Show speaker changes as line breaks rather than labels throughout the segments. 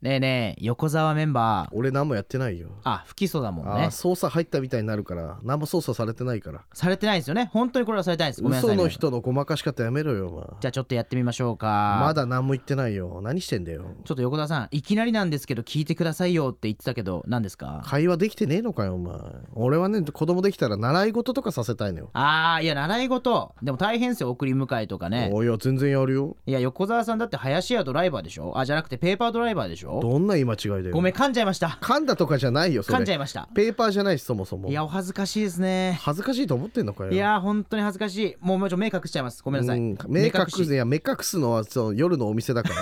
ねえねえ横澤メンバー
俺何もやってないよ
あ不起訴だもん
あ
ね
ー捜査入ったみたいになるから何も捜査されてないから
されてないんですよね本当にこれはされてないんですごめんなさい
嘘の
皆さん
人のごまかし方やめろよ、ま
じゃあちょっとやってみましょう
あ、
か
まだ何も言ってないよ何してんだよ
ちょっと横澤さんいきなりなんですけど聞いてくださいよって言ってたけど何ですか
会話できてねえのかよお前俺はね子供できたら習い事とかさせたいのよ、
あーいや習い事でも大変ですよ送り迎えとかね
おいや全然やるよ
いや横澤さんだって林家ドライバーでしょあじゃなくてペーパードライバーでしょ
どんな言い間違いだよ
ごめん噛んじゃいました
噛んだとかじゃないよそ
噛んじゃ
れ
いました
ペーパーじゃないしそもそも
いやお恥ずかしいですね
恥ずかしいと思ってんのかよ
いやー本当に恥ずかしいもうもうちょっと目隠しちゃいますごめんなさい
うん目隠
し
すいや目隠すのはそう夜のお店 だから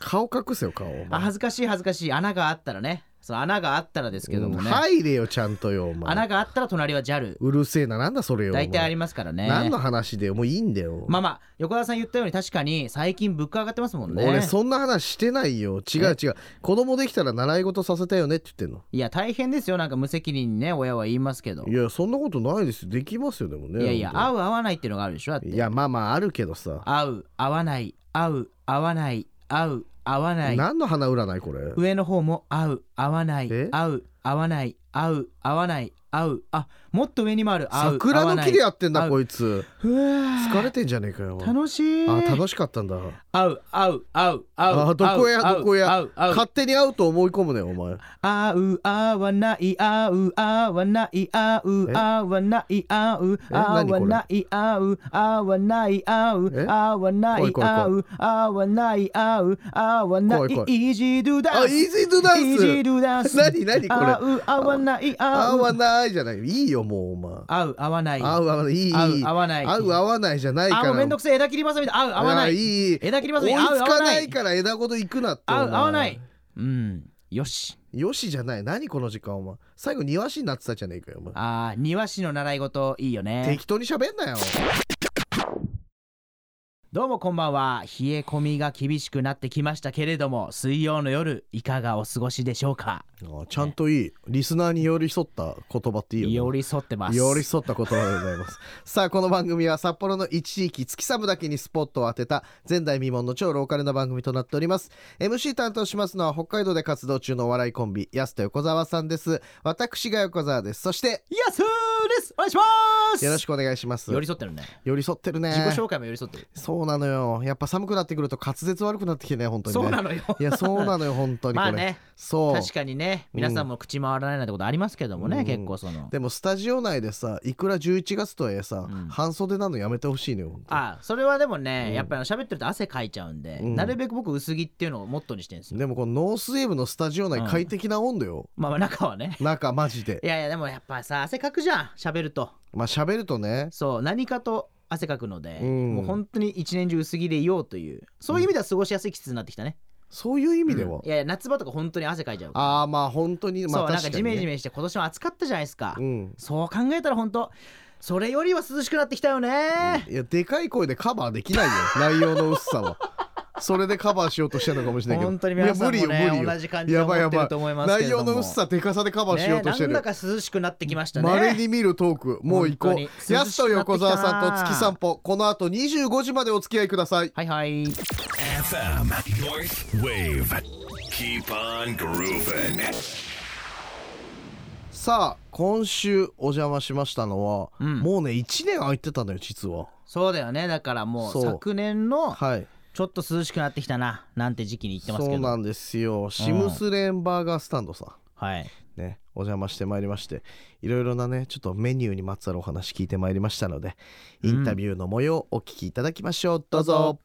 顔隠せよ顔お前
あ恥ずかしい恥ずかしい穴があったらねその穴があったらですけども
うん
ね、
入れよちゃんとよお前
穴があったら隣は JAL
うるせえななんだそれよお前
大体ありますからね
何の話でもういいんだよ、
まあまあ横田さん言ったように確かに最近物価上がってますもんね
俺そんな話してないよ違う違う子供できたら習い事させたよねって言ってんの
いや大変ですよなんか無責任にね親は言いますけど
いやそんなことないですよできますよでも
い
ね
やいや合
本
う合わないっていうのがあるでしょだっ
当
て
にいやまあまああるけどさ
合う合わない合う合わない合う合わない
何の花占いこれ
上の方も合う合わない
え
合う合わない合う合わない合うあもっと上にもある合う合
桜
わ
の
な
木
い
でやってん
合
だ
う
こいつ
うわー
疲れてんじゃねえかよ
楽しい
あ楽しかったんだ
合う合う合う合う
あどこや
合う
どこや
合う合う
勝手に会うと思い込むねお前
合う合わない合う合わない合う
え
合わない合う
え
合わ
何これ
ない合う合わない合う
え
合わない
怖い怖い
合う合わない合う合わな
怖い
い
怖
イージードゥダ
あ
ン
イ
ス
ージードゥダ
イージー
ン
ドゥダン
ス
ス
何何これ
合う合わない合
合
う
わないじゃないいいよもうお前
合う合わない
合う合わないいい
合
いいう
合わない
合う合わないじゃないか
あ
ら
もうめんどくせえ枝切りまさみだ合う合わないい
やいいいい
枝切りまさ
追
み
い
合う合
つ
わ
か
な
ないいから枝ごと行くなって
合
お
う
前
合わないうんよし
よしじゃない何この時間お前最後庭師になってたじゃねえかよお前
あー庭師の習い事いいよね
適当に喋ん なよ
どうもこんばんは冷え込みが厳しくなってきましたけれども水曜の夜いかがお過ごしでしょうか
あちゃんといいリスナーに寄り添った言葉っていいよね
寄り添ってます
寄り添った言葉でございます さあこの番組は札幌の一地域月寒だけにスポットを当てた前代未聞の超ローカルな番組となっております MC 担当しますのは北海道で活動中のお笑いコンビ安と横澤さんです私が横澤ですそして
イエスですお願いします
よろしくお願いします
寄り添ってるね
寄り添ってるね
自己紹介も寄り添ってる、
そうなのよやっぱ寒くなってくると滑舌悪くなってきてね本当にね
そうなのよ
いやそうなのよ本当にこ
ま
れ、
あね
そう
確かにね皆さんも口回らないなんてことありますけどもね、
うん
結構その
でもスタジオ内でさいくら11月とはいえさ、
うん
半袖なのやめてほしいのよ本当に
あそれはでもね、
うん
やっぱり喋ってると汗かいちゃうんで、
うん
なるべく僕薄着っていうのをモットーにしてるんですよ、
でもこのノースウェーブのスタジオ内
うん
快適な温度よ、
まあまあ中はね
中マジで
いやいやでもやっぱさ汗かくじゃん喋ると
まあ喋るとね
そう何かと汗かくので、
うん
もう本当に一年中薄着でいようというそういう意味では過ごしやすい季節になってきたね、
そういう意味では、
うんいやいや夏場とか本当に汗かいちゃうから
ああまあ本当にま
そう
あ
なんか
確か
ジ
に、ね、
メジメして今年も暑かったじゃないですか、
うん
そう考えたら本当それよりは涼しくなってきたよね、
いやでかい声でカバーできないよ内容の薄さはそれでカバーしようとしてるのかもしれないけど
本当に皆さんも
いや無理よ無
ね
理よ
同じ感じで
や
思
ばい
っ
や
て
ばい
ると思いますけ
内
れども
容の薄さでかさでカバーしようとして
ね
る、
なんだか涼しくなってきましたね
まれに見るトークもう行こ
本当
う
に
やすと横澤さんと月散歩この後25時までお付き合いください
はいはい
FM North Wave. Keep on grooving.
さあ今週お邪魔しましたのは、
うん
もうね1年空いてたのよ実は
そうだよねだからも
そう
う昨年の
はい
ちょっと涼しくなってきたななんて時期に言ってます
そ
け
うな
ど
んですよシムスレンバーガースタンドさ
はい
んねお邪魔してまいりましていろいろなねちょっとメニューにまつわるお話聞いてまいりましたのでインタビューの模様をお聞きいただきましょう、どうぞ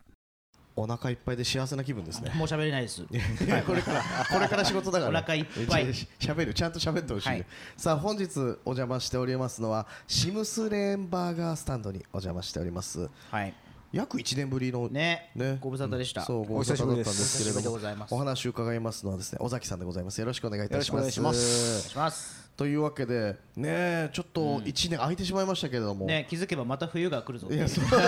お腹いっぱいで幸せな気分ですね
もう喋れないです
これからこれから仕事だから
お腹いっぱい
しゃべるちゃんとしゃべってほしいね、
はい
さあ本日お邪魔しておりますのはシムスレンバーガースタンドにお邪魔しております
はい
約1年ぶりの
ね
ね
ご無沙汰でした
そうご無沙汰だったんですけれ
お久しぶりで
ど
ご
も
ざいます
お話を伺いますのはですね尾崎さんでございますよろしくお願いいたします
よろしくお願いします
お願いします
というわけでねちょっと1年空いてしまいましたけれども、
ね気づけばまた冬が来るぞ
いやそう 去年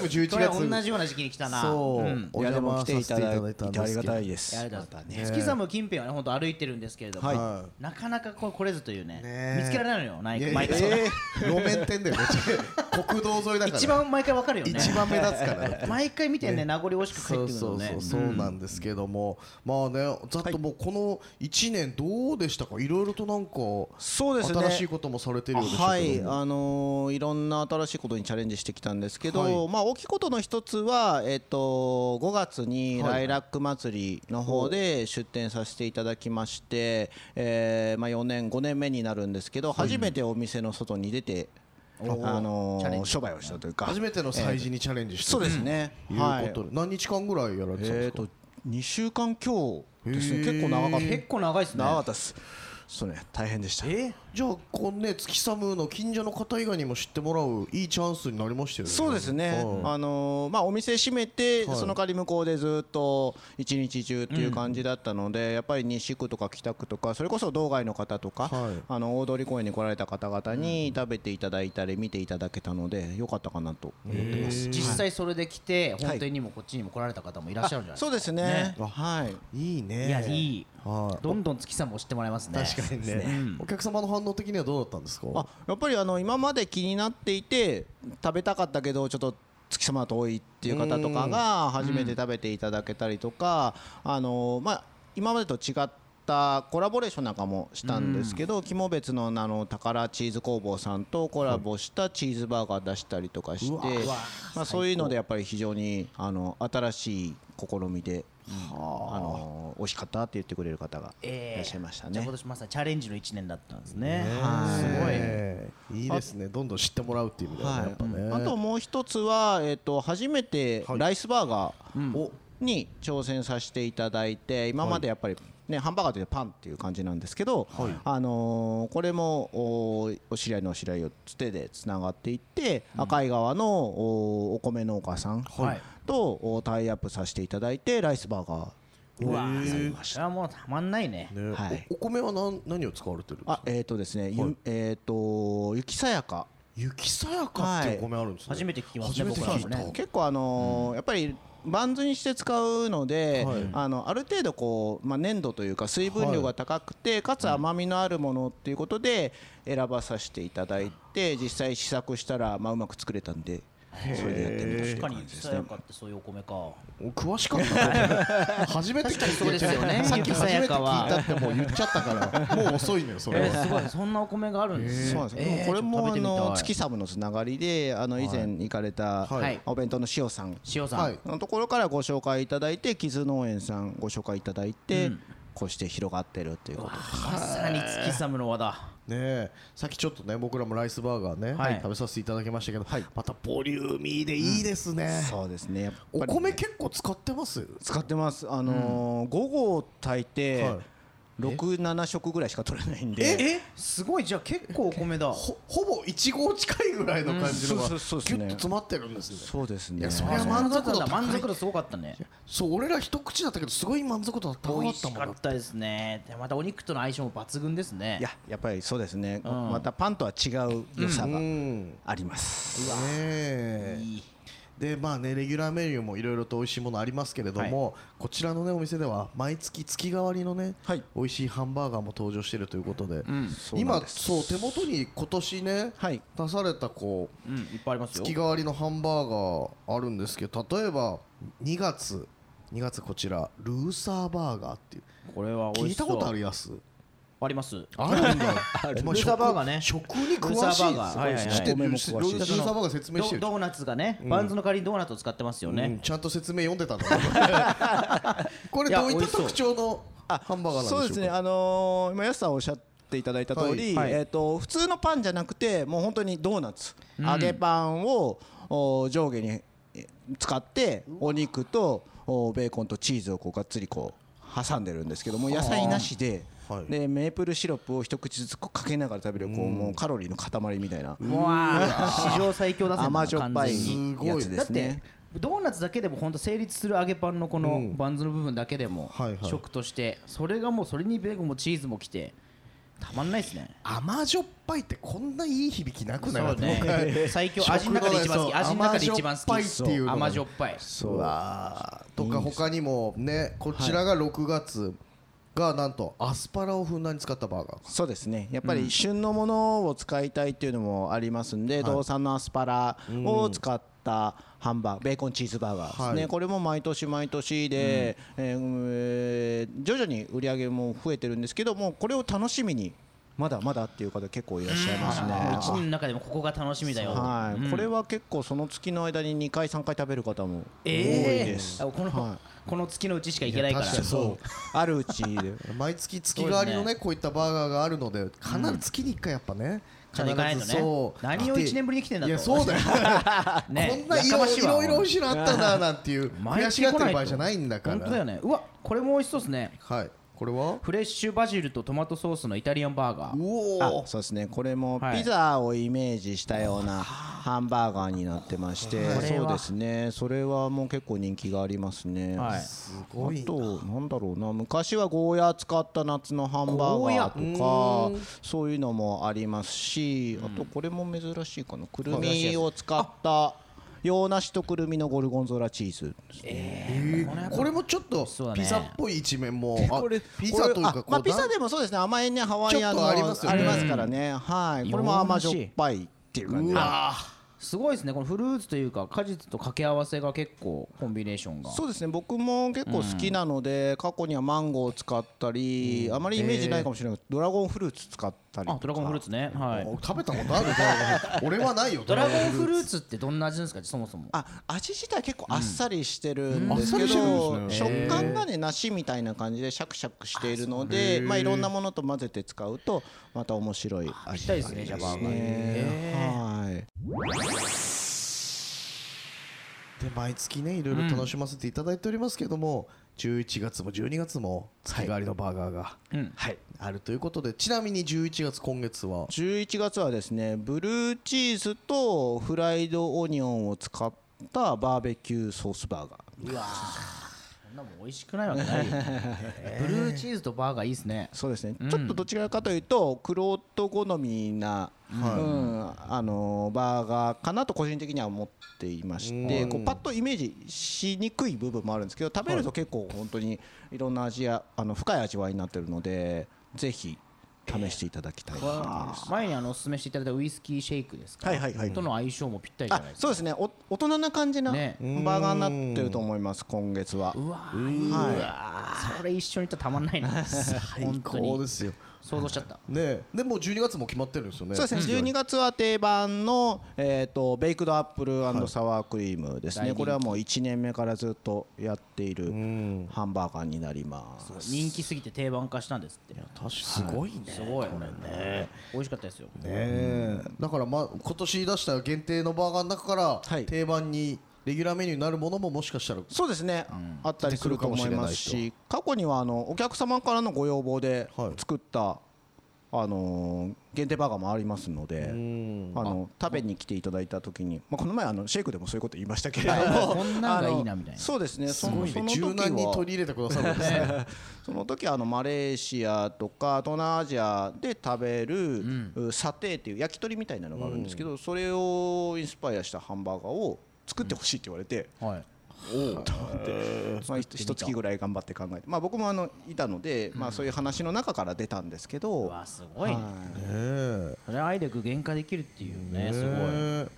も11
これは
月
同じような時期に来たな
そう、
ん
お
いやで
邪魔
も来
させて
て
いた
いた
だ
だ
い
い
たん
てあ
です
りが
けど
たいです。
やれだったね月寒近辺はね本当歩いてるんですけれども、
は
なかなかこうこれずというね
ね
見つけられないのよない
やいや
毎回、
えー路面店だよね国道沿いだから
一番毎回わかるよね
一番番目立つから ね
毎回見てね、名残惜しく帰っ
そう
てくる
そ
の
う
ね
そう。そうなんですけども、まあねざっともうこの1年どうでしたかいろいろとなんか
そうですね
新しいこともされてるようでした
はい
けども
あのーいろんな新しいことにチャレンジしてきたんですけど、
はい
まあ大きいことの一つはえっ、と5月にライラック祭りの方で出展させていただきまして、えーまあ4年5年目になるんですけど初めてお店の外に出て、あのー商売をしたというか
初めての催事にチャレンジして
そうですね、
いう
はい
ことで何日間ぐらいやられてたんで
え
す
っ、
か
と2週間強ですね結構長かった
結構長いですね
長。かったですそうね大変でした
え
じゃあこのね月寒の近所の方以外にも知ってもらういいチャンスになりましたよね
そうですね、
はい
あのーまあ、お店閉めて、
はい
その代わり向こうでずっと一日中っていう感じだったので、やっぱり西区とか北区とかそれこそ道外の方とか、
はい
あの大通公園に来られた方々に食べていただいたり見ていただけたのでよかったかなと思ってます。
実際それで来て、
い
本店にもこっちにも来られた方もいらっしゃるんじゃないですか。
そうですねはい
いいね
いや、いい。
はい
どんどん月さんも知ってもらいますね。
確かにねお客様の反応的にはどうだったんですか
あやっぱりあの今まで気になっていて食べたかったけどちょっと月様遠いっていう方とかが初めて食べていただけたりとか、あのまあ今までと違ったコラボレーションなんかもしたんですけど肝別のあの宝チーズ工房さんとコラボしたチーズバーガー出したりとかして、まあ、そういうのでやっぱり非常にあの新しい試みで、あの美味しかったって言ってくれる方がいらっしゃいました
じゃあ
ね
今。年まさにチャレンジの一年だったんですね。
はいすごいいいですねどんどん知ってもらうっていう意味ではねやっぱね
あともう一つは、えっと初めてライスバーガーをに挑戦させていただいて今までやっぱり、ね、ハンバーガーというパンっていう感じなんですけど、あのーこれもおお知り合いのお知り合いをつてでつながっていって、赤井川のおお米農家さんと、
はい
おタイアップさせていただいてライスバーガー。
うわー、それはもうたまんないね。
ね
はい
おお米は何何を使われてるんです
あ
か
えっ、とですね、ゆえっ、と雪さやか
雪さやかっていうお米あるんですね
初めて聞きますね、
初
僕
めて
ら
聞い
も
た
ね。
結構あのーやっぱりバンズにして使うので、
はい
あのある程度こう、まあ、粘度というか水分量が高くて、かつ甘みのあるものっていうことで選ばさせていただいて実際試作したら、まあ、うまく作れたんでそれでやってみたってい
確
う
か
感じ
に、
で
つ
す
たや
ね。
かってそういうお米か。
お詳しかったね初めて聞いた
そうですよね
さっき
雪
初
さ
め
や
て
かは
聞いたってもう言っちゃったからもう遅いのよそれ
えー、
は
すごい、そんなお米があるんですね。
そうなんですよ
えー
これもあ
ちょっと食べてみたい
の月サムのつながりであの以前行かれた
はい
お弁当の塩さん
塩さ
は
ん
い。
のところからご紹介いただいて木津農園さんご紹介いただいて、こうして広がってるっていうこと
まさに月サムの輪だ。
ねえさっきちょっとね僕らもライスバーガーね、
はい
食べさせていただきましたけど、またボリューミーでいいですね、
そうですねやっぱり
お米結構使ってます
使ってますあのー午後炊いて
はい
67食ぐらいしか取れないんで
え、すごい、じゃあ結構お米だ。
ほほぼ1合近いぐらいの感じのが
うん
ギュ
そうそうそう
ッ
ですね
と詰まってるんですね
そうですね
やそれは
あ満足度
満足度高い
満足度すごかったね
そう俺ら一口だったけどすごい満足度高
美
か
味
った
し
も
か
ん
ったですねでまたお肉との相性も抜群ですね
いややっぱりそうですねまたパンとは違う良さが
うんね
あります
え
いい
でまあねレギュラーメニューもいろいろと美味しいものありますけれども、こちらのねお店では毎月月替わりのね、
はい
美味しいハンバーガーも登場しているということで、
そうなん
今
です
そう手元に今年ね、
はい
出されたこ
う
う
んいっぱいありますよ
月替わりのハンバーガーあるんですけど例えば2月2月こちらルーサーバーガーっていう
これは美
聞
味
い
しそ
た
う
ことあるやつ
あります
あるんだお前
ルーサーバーガーね
食食に詳し
ル
い
ーサーバーガー
すご
は
い
いはいはい
知ってる
米も
ル
詳しい
ールーサーバーガー説明して
ド
る
ドーナツがねバンズの代わりにドーナツを使ってますよ
うん
ね
ちゃんと説明読んでたんだ これどうい
いや美
っ
味
た
しそう
特徴のハンバーガー
そう
なんです
で
しょう
ね
か
あのー今安さんおっしゃっていただいた通り
はいはい
えっと普通のパンじゃなくてもう本当にドーナツ揚げパンをお上下にえ使ってお肉とおベーコンとチーズをこうがっつりこう挟んでるんですけども野菜なしで
はい
でメープルシロップを一口ずつこうかけながら食べるこうもうカロリーの塊みたいな
うわー史上最強だぜ
甘じょっぱい
完全に
すごい
やつで
だっ
す
て
ね。
ドーナツだけでも本当成立する揚げパンのこのバンズの部分だけでも
はいはい
食としてそれがもうそれにベーコンもチーズもきてたまんないですね
甘じょっぱいってこんないい響きなくな
そ
い
う
僕は
ね 最強味の中で一番好き味の中で一番好き
甘じょっぱいっていうのが
甘じょっぱいう
わーとか他にもねこちらが6月がなんとアスパラをふんだんに使ったバーガー
そうですねやっぱり旬のものを使いたいっていうのもありますんで、道産のアスパラを使ったハンバーグベーコンチーズバーガーです
は
ね、
い
これも毎年毎年で、えーうんえー徐々に売り上げも増えてるんですけどもこれを楽しみにまだまだっていう方結構いらっしゃいます
もう一
ね。
年の中でもここが楽しみだよ。
はい、これ
は
は結構その月の間に2回3回食べる方も多い
え
で
え
す、
あこの
は
この月のうちしか行けないから。
いや確かにそう
あるうちで
毎月月替わりの
そうで
ねこういったバーガーがあるので必ず月に1回やっぱね
ちゃんと行かないと
必
ね
ずそう
何を
来て
一年ぶりに来てんだと
いやそうだよ
ね
こんない
やか
ろ
まし
い
いわ
ろいろ美味しいのあったんだなんていう
毎
悔
月
しがっ
来
て
ない
る
と
場合じゃないんだから
本当だよね。うわこれも美味しそうですね。
はいこれは
フレッシュバジルとトマトソースのイタリアンバーガー。
お
あ
お
そうですねこれも
はい
ピザをイメージしたようなハンバーガーになってまして
これ
そう
は
ですねそれはもう結構人気がありますね
はい
あ
す
と
ごい
なんだろうな昔はゴーヤー使った夏のハンバーガーとかそういうのもありますしあとこれも珍しいかなくるみを使った洋梨とくるみのゴルゴンゾーラチーズですね
これもちょっと
そうだね
ピザっぽい一面もあ
これ
ピザという
これ
か
あまあ
こう
ピザでもそうですね甘いねハワイアン
ちょっ
の
と
あ
あ
り
り
ま
ます
す
よね
からねはいこれも甘じょっぱいっていう感じ
うわ
すごいですね。このフルーツというか果実と掛け合わせが結構コンビネーションが。
そうですね僕も結構好きなので、過去にはマンゴーを使ったり、あまりイメージないかもしれないけど、ドラゴンフルーツ使ったりと
あ
か
ドラゴンフルーツね。はい。
食べたこ とあるドラゴン俺はないよ
ドラゴンフル
ー
ーツってどんな味なんですかそもそも。
あ味自体結構あっさりしてるんですけど、
うんあっさりしてる
食感がね梨みたいな感じでシャクシャクしているのでまあいろんなものと混ぜて使うとまた面白い
ぴっ
味
たりですねじゃあバーガーに
ねはい
ツで毎月ねいろいろ楽しませていただいておりますけども、11月も12月も月替わりのバーガーが、
うん
はいあるということでちなみに11月今月は
11月はですねブルーチーズとフライドオニオンを使ったバーベキューソースバーガー
そんなもん美味しくないわけないよ。ブルーチーズとバーガーいいですね。
そうですね、ちょっとどちらかというとクロート好みな、うんあのーバーガーかなと個人的には思っていまして、
うん
こうパッとイメージしにくい部分もあるんですけど食べると結構本当にいろんな味やあの深い味わいになってるのでぜひ試していただきたいなと思います。
前にあのおすすめしていただいたウイスキーシェイクですか。
はいはいはい
との相性もぴったりじゃ
あ
ないです
そう
か。
ですねお大人な感じなバ
ね
ーガーになってると思います今月は
うわー
はい
いいわーそれ一緒にいったらたまんないな。本当
こうで
に
すよ
想像しちゃった。
ねえでもう12月も決まってるんですよね
そうですね、12月は定番の、えー、とベイクドアップルサワークリームですね、
大人気
これはもう1年目からずっとやっているハンバーガーになります
人気すぎて定番化したんですって。
確かにすごいね、
すごい。ね。美味しかったですよ。
ねえだから、まあ、今年出した限定のバーガーの中から、
はい
定番にレギュラーメニューになるものももしかしたら
そうですね、あったりすると思いますし過去にはあのお客様からのご要望で
はい
作った、あのー限定バーガーもありますのであの食べに来ていただいた時に、まあ、この前あのシェイクでもそういうこと言いましたけれども
こんなんがいいなみたいな
あのそうですねそのその時
柔
は
軟に取り入れてくださるんですね
その時はあのマレーシアとか東南アジアで食べる、うサテーっていう焼き鳥みたいなのがあるんですけど、それをインスパイアしたハンバーガーを作ってほしいって言われて、
はい。
まあ、一月ぐらい頑張って考えて、まあ、僕もあのいたので、まあ、そういう話の中から出たんですけど、
うわすごいね。それ愛で具現化できるっていうねすごい。
ねえ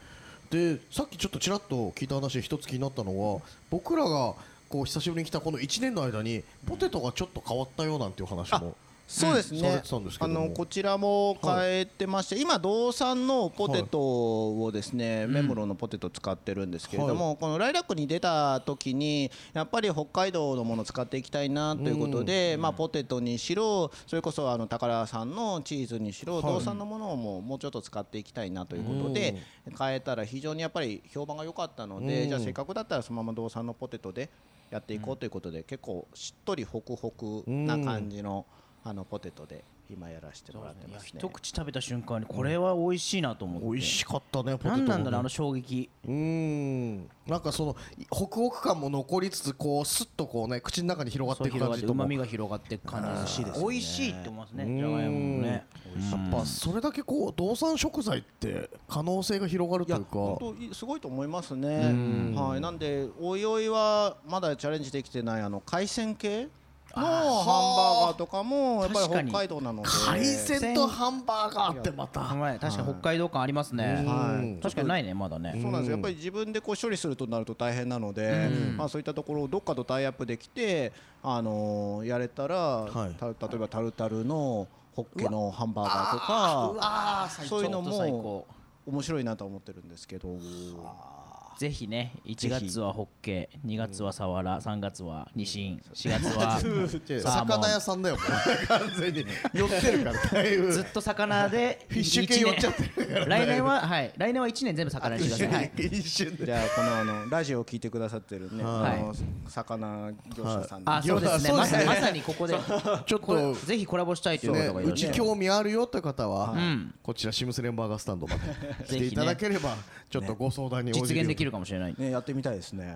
でさっきちょっとちらっと聞いた話で一つ気になったのは僕らがこう久しぶりに来たこの1年の間にポテトがちょっと変わったよなんていう話も
そうです
うんされ
ね
てたんです。け
あ
ども
のこちらも変えてまして、今道産のポテトをですね、メムロのポテト使ってるんですけれども、このライラックに出た時にやっぱり北海道のもの使っていきたいなということで、まあポテトにしろ、それこそあの宝さんのチーズにしろ、道産のものをもうもうちょっと使っていきたいなということで変えたら非常にやっぱり評判が良かったので、じゃあせっかくだったらそのまま道産のポテトで。やっていこうということで、結構しっとりホクホクな感じの,、あのポテトで今やらせてもらって
いや
ますね
一口食べた瞬間にこれは美味しいなと思って。
美味しかったねポテトも
な
ね
んなんだろうあの衝撃。
うーんなんかそのホクホク感も残りつつこうスッとこうね口の中に広がっ
そう
ていく感
広がっ
じ
て
と
うま
もや
みが広がっていく感じ。美味しい
ですね
美味しいって思いますね。じゃがいももね。
っぱそれだけこう動産食材って可能性が広がる
い
とい
や
うか
本当すごいと思いますね、はい、なんでおいおいはまだチャレンジできてないあの海鮮系のハンバーガーとかもやっぱり
確かに
北海道なので
海鮮とハンバーガーってまた、
はい確かに北海道感ありますね、
はい
確かにないねまだね、
そうなんですよやっぱり自分でこう処理するとなると大変なので、まあ、そういったところをどっかとタイアップできて、あのーやれたら、
い
た例えばタルタルのホッケのハンバーガーとか
あー
そういうの
ちょっと最
も
高
面白いなと思ってるんですけど
ぜひね1月はホッケ2月はサワラ3月はニシン4月 はサーモン
魚屋さんだよもう完全に寄ってるからだいぶ
ずっと魚 で
フィッシュ系寄っちゃってる
一年来年ははい来年は1年全部魚にしてください
一瞬で
じゃあこのあのラジオを聞いてくださってるね、
はい
あの魚業者さんで、
あそうですね
そう
ま
ですね
さまさにここで
ちょっ
これ
と
ぜひコラボしたいという
ね
方がいら
う
っし
ち
ゃる
興味あるよって方は、
ん
こちらシムスレンバーガースタンドまで来
ぜ
て
ひね
いただければ、ちょっとご相談に応じ
実現できる
る
かもしれない
ね、やってみたいですね、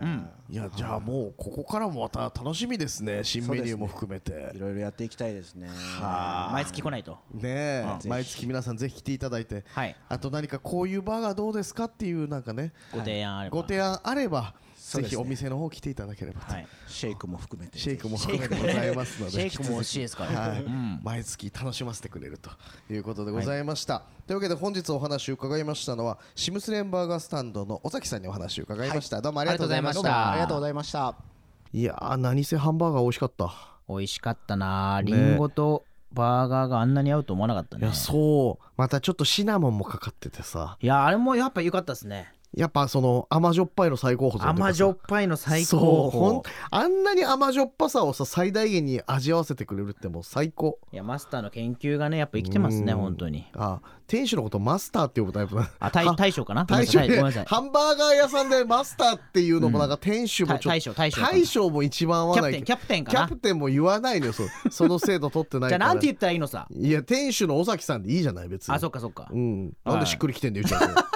いやじゃあもうここからもまた楽しみですね新メニューも含めて
いろいろやっていきたいですね
毎月来ないと
ねえ
うんぜひ
毎月皆さんぜひ来ていただいて、
はい
あと何かこういうバーガーどうですかっていうなんかね
ご提案あれば
ご提案あれば、
そ
ぜ
うですね
ひお店の方来ていただければと、
はい
シェイクも含めて
シェイクも含めてございますので
シェイクも美味しいですから、
はい
うん
毎月楽しませてくれるということでございました、というわけで本日お話を伺いましたのはシムスレンバーガースタンドの尾崎さんにお話を伺いました、どうもありがとうございまし
ありがとうございましたた
ありがとうございました
いやー何せハンバーガー美味しかった
美味しかったな
ね
リンゴとバーガーがあんなに合うと思わなかった
い
ね
やそうまたちょっとシナモンもかかっててさ
いやあれもやっぱ良かったですね
やっぱその甘じょっぱいの最高峰というかさ
甘じょっぱいの最
そう
高
ほん
峰
あんなに甘じょっぱさをさ最大限に味わわせてくれるってもう最高
いやマスターの研究がねやっぱ生きてますね
うん
本当に
あ店主のことマスターって呼ぶタイプだ
あ大
は
大将かな
大将
はいごめ
で
んなさい
ハンバーガー屋さんでマスターっていうのもなんか店主もちょっと
大将大将
大将も一番合
キ
わ
ャ
な
プ
い
テンキ
けど
ャプテンか
キャ
な
プテンも言わないの よそうその制度取ってない
じゃ
か
あ
ら
なんて言ったらいいのさ
いや店主の尾崎さんでいいじゃない別に
あそっかそっか
うんなんでしっくりきてんだようちは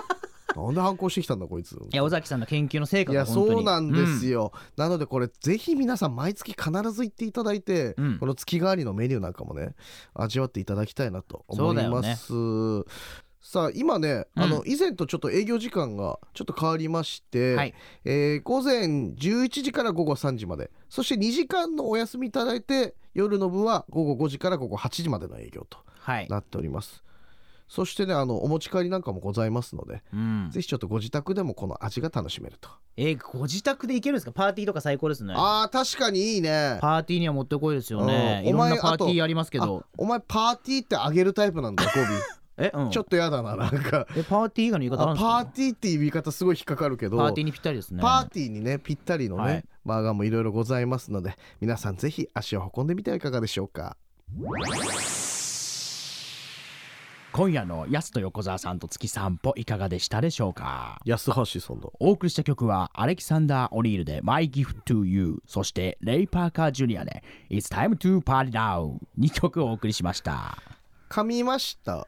なんで反抗してきたんだこいつ
いや尾崎さんの研究の成果
い
が
や
本当に
そうなんです
よ
よ、なのでこれぜひ皆さん毎月必ず行っていただいて、
うん
この月替わりのメニューなんかもね味わっていただきたいなと思います、さあ今ね、
うん
あの以前とちょっと営業時間がちょっと変わりまして、
はい
えー午前11時から午後3時までそして2時間のお休みいただいて夜の部は午後5時から午後8時までの営業と
はい
なっております、そしてねあのお持ち帰りなんかもございますので、
うん
ぜひちょっとご自宅でもこの味が楽しめると
えーご自宅で行けるんですかパーティーとか最高ですね
あー確かにいいね
パーティーにはもってこいですよ
う
ね
ん
いろん
お
な
前
パーティ
あと
ーありますけど
あお前パーティーってあげるタイプな んだゴビ
えうん
ちょっとやだななんか
えパーティー以外の言い
あ
方あるんです
パー
か
ティーっていう言い方すごい引っかかるけど
パーティーにぴったりですね
パーティーにねぴったりのね、
はい
バーガーもいろいろございますので皆さんぜひ足を運んでみてはいかがでしょうか
今夜のやすと横澤さんと月散歩いかがでしたでしょうか
安橋さんの
お送りした曲はアレキサンダー・オリールで My Gift to You そしてレイ・パーカー・ジュニアで It's Time to Party Now 2曲をお送りしました
噛みました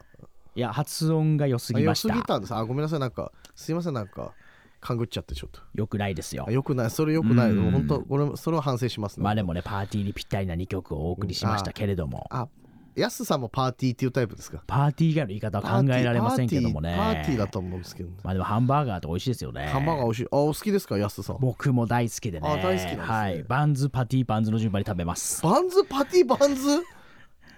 いや発音が良す
あ
ぎま
良
し
す
た
ぎたんですあごめんなさいなんかすいませんなんか勘ぐっちゃってちょっと
良くないですよ
あよくないそれよくない
うん
本当これもそれは反省しますね、
まあでもねパーティーにぴったりな2曲をお送りしましたけれども
あ安さんもパーティーっていうタイプですか
パーティー以外の言い方は考えられませんけどもね
パーティーパーティーだと思うんですけどね
まあでもハンバーガーって美味しいですよね
ハンバーガー美味しい。あ、お好きですか、安さん。
僕も大好きでね
あ大好きなんですね
はいバンズパティパンズの順番に食べます
バンズ、パティ、バンズ。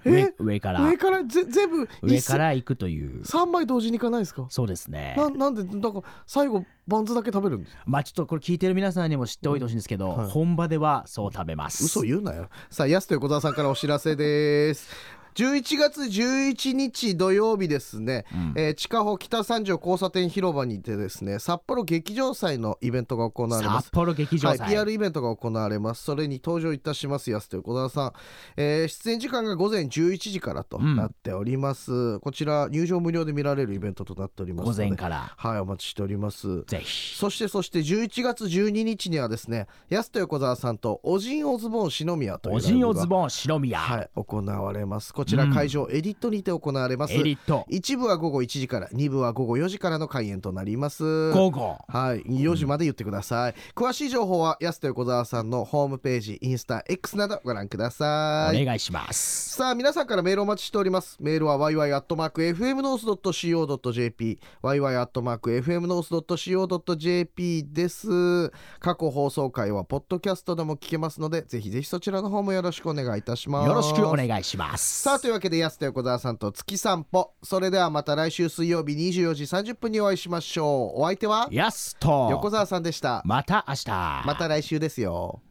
え
上、上から
上からぜ全部
上から行くという
三枚同時にいかないですか。
そうですね
ななんでなんか最後バンズだけ食べるんです。
まあちょっとこれ聞いてる皆さんにも知っておいてほしいんですけど、
はい
本場ではそう食べます
嘘言うなよ。さあ、安と横澤さんからお知らせです。11月11日土曜日ですね、えー近保北三条交差点広場にてですね札幌劇場祭のイベントが行われます
札幌劇場祭、
はい、PR イベントが行われますそれに登場いたします安と横澤さん、えー出演時間が午前11時からとなっております、こちら入場無料で見られるイベントとなっておりますの
午
で
前から
はいお待ちしております
ぜひ
そしてそして11月12日にはですね安と横澤さんとおじんおズボン篠宮という
おじん
ライ
お
ブが
ズボン白宮、
はい行われますここちら会場エディットにて行われます、
エリット
一部は午後1時から二部は午後4時からの開演となります
午後
はい4時まで言ってください、詳しい情報は安と横澤さんのホームページインスタ X などご覧くだ
お
さい
願いします
さあ皆さんからメールをお待ちしておりますメールは yy.fmnorth.co.jp yy.fmnorth.co.jp です過去放送回はポッドキャストでも聞けますのでぜひぜひそちらの方もよろしくお願いいたします
よろしくお願いします
さあというわけで安田横澤さんと月散歩それではまた来週水曜日24時30分にお会いしましょうお相手は
やすと
横澤さんでした
また明日
また来週ですよ